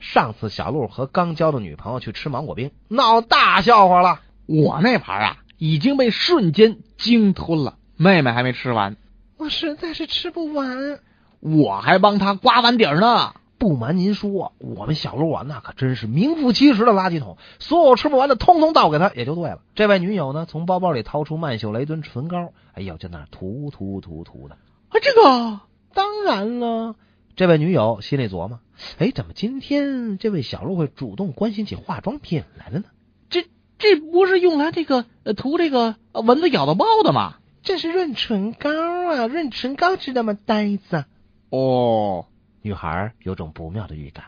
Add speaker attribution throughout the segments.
Speaker 1: 上次小鹿和刚交的女朋友去吃芒果冰，闹大笑话了。
Speaker 2: 我那盘啊已经被瞬间鲸吞了，妹妹还没吃完，
Speaker 1: 我实在是吃不完。
Speaker 2: 我还帮她刮碗底儿呢。
Speaker 1: 不瞒您说，我们小鹿啊，那可真是名副其实的垃圾桶，所有吃不完的通通倒给他，也就对了。这位女友呢，从包包里掏出曼秀雷敦唇膏，哎呦，就那儿涂涂涂涂的。
Speaker 2: 啊，这个
Speaker 1: 当然了，这位女友心里琢磨：哎，怎么今天这位小鹿会主动关心起化妆品来了呢？
Speaker 2: 这这不是用来这个呃涂这个呃蚊子咬到包的吗？
Speaker 1: 这是润唇膏啊，润唇膏知道吗，呆子？啊
Speaker 2: 哦，
Speaker 1: 女孩有种不妙的预感，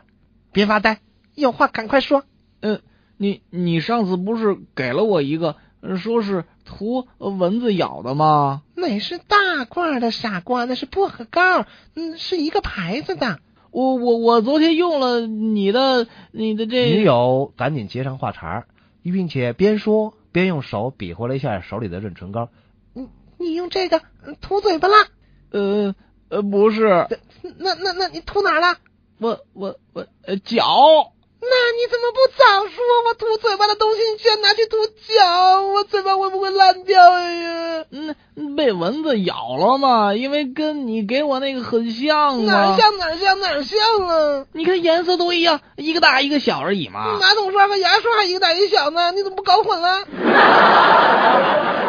Speaker 1: 别发呆，有话赶快说。
Speaker 2: 呃，你你上次不是给了我一个，呃说是涂呃蚊子咬的吗？
Speaker 1: 那是大罐的傻瓜，那是薄荷膏，嗯，是一个牌子的。
Speaker 2: 我我我昨天用了你的你的这
Speaker 1: 女友赶紧接上话茬，并且边说边用手比划了一下手里的润唇膏。你你用这个嗯涂嘴巴啦？
Speaker 2: 呃呃不是，
Speaker 1: 那那那你涂哪儿了？
Speaker 2: 我我我呃脚。
Speaker 1: 那你怎么不早说？我涂嘴巴的东西，你居然拿去涂脚，我嘴巴会不会烂掉呀？
Speaker 2: 嗯，被蚊子咬了嘛，因为跟你给我那个很像嘛。
Speaker 1: 哪儿像哪儿像哪儿像啊？
Speaker 2: 你看颜色都一样，一个大一个小而已嘛。
Speaker 1: 马桶刷和牙刷还一个大一个小呢，你怎么不搞混了？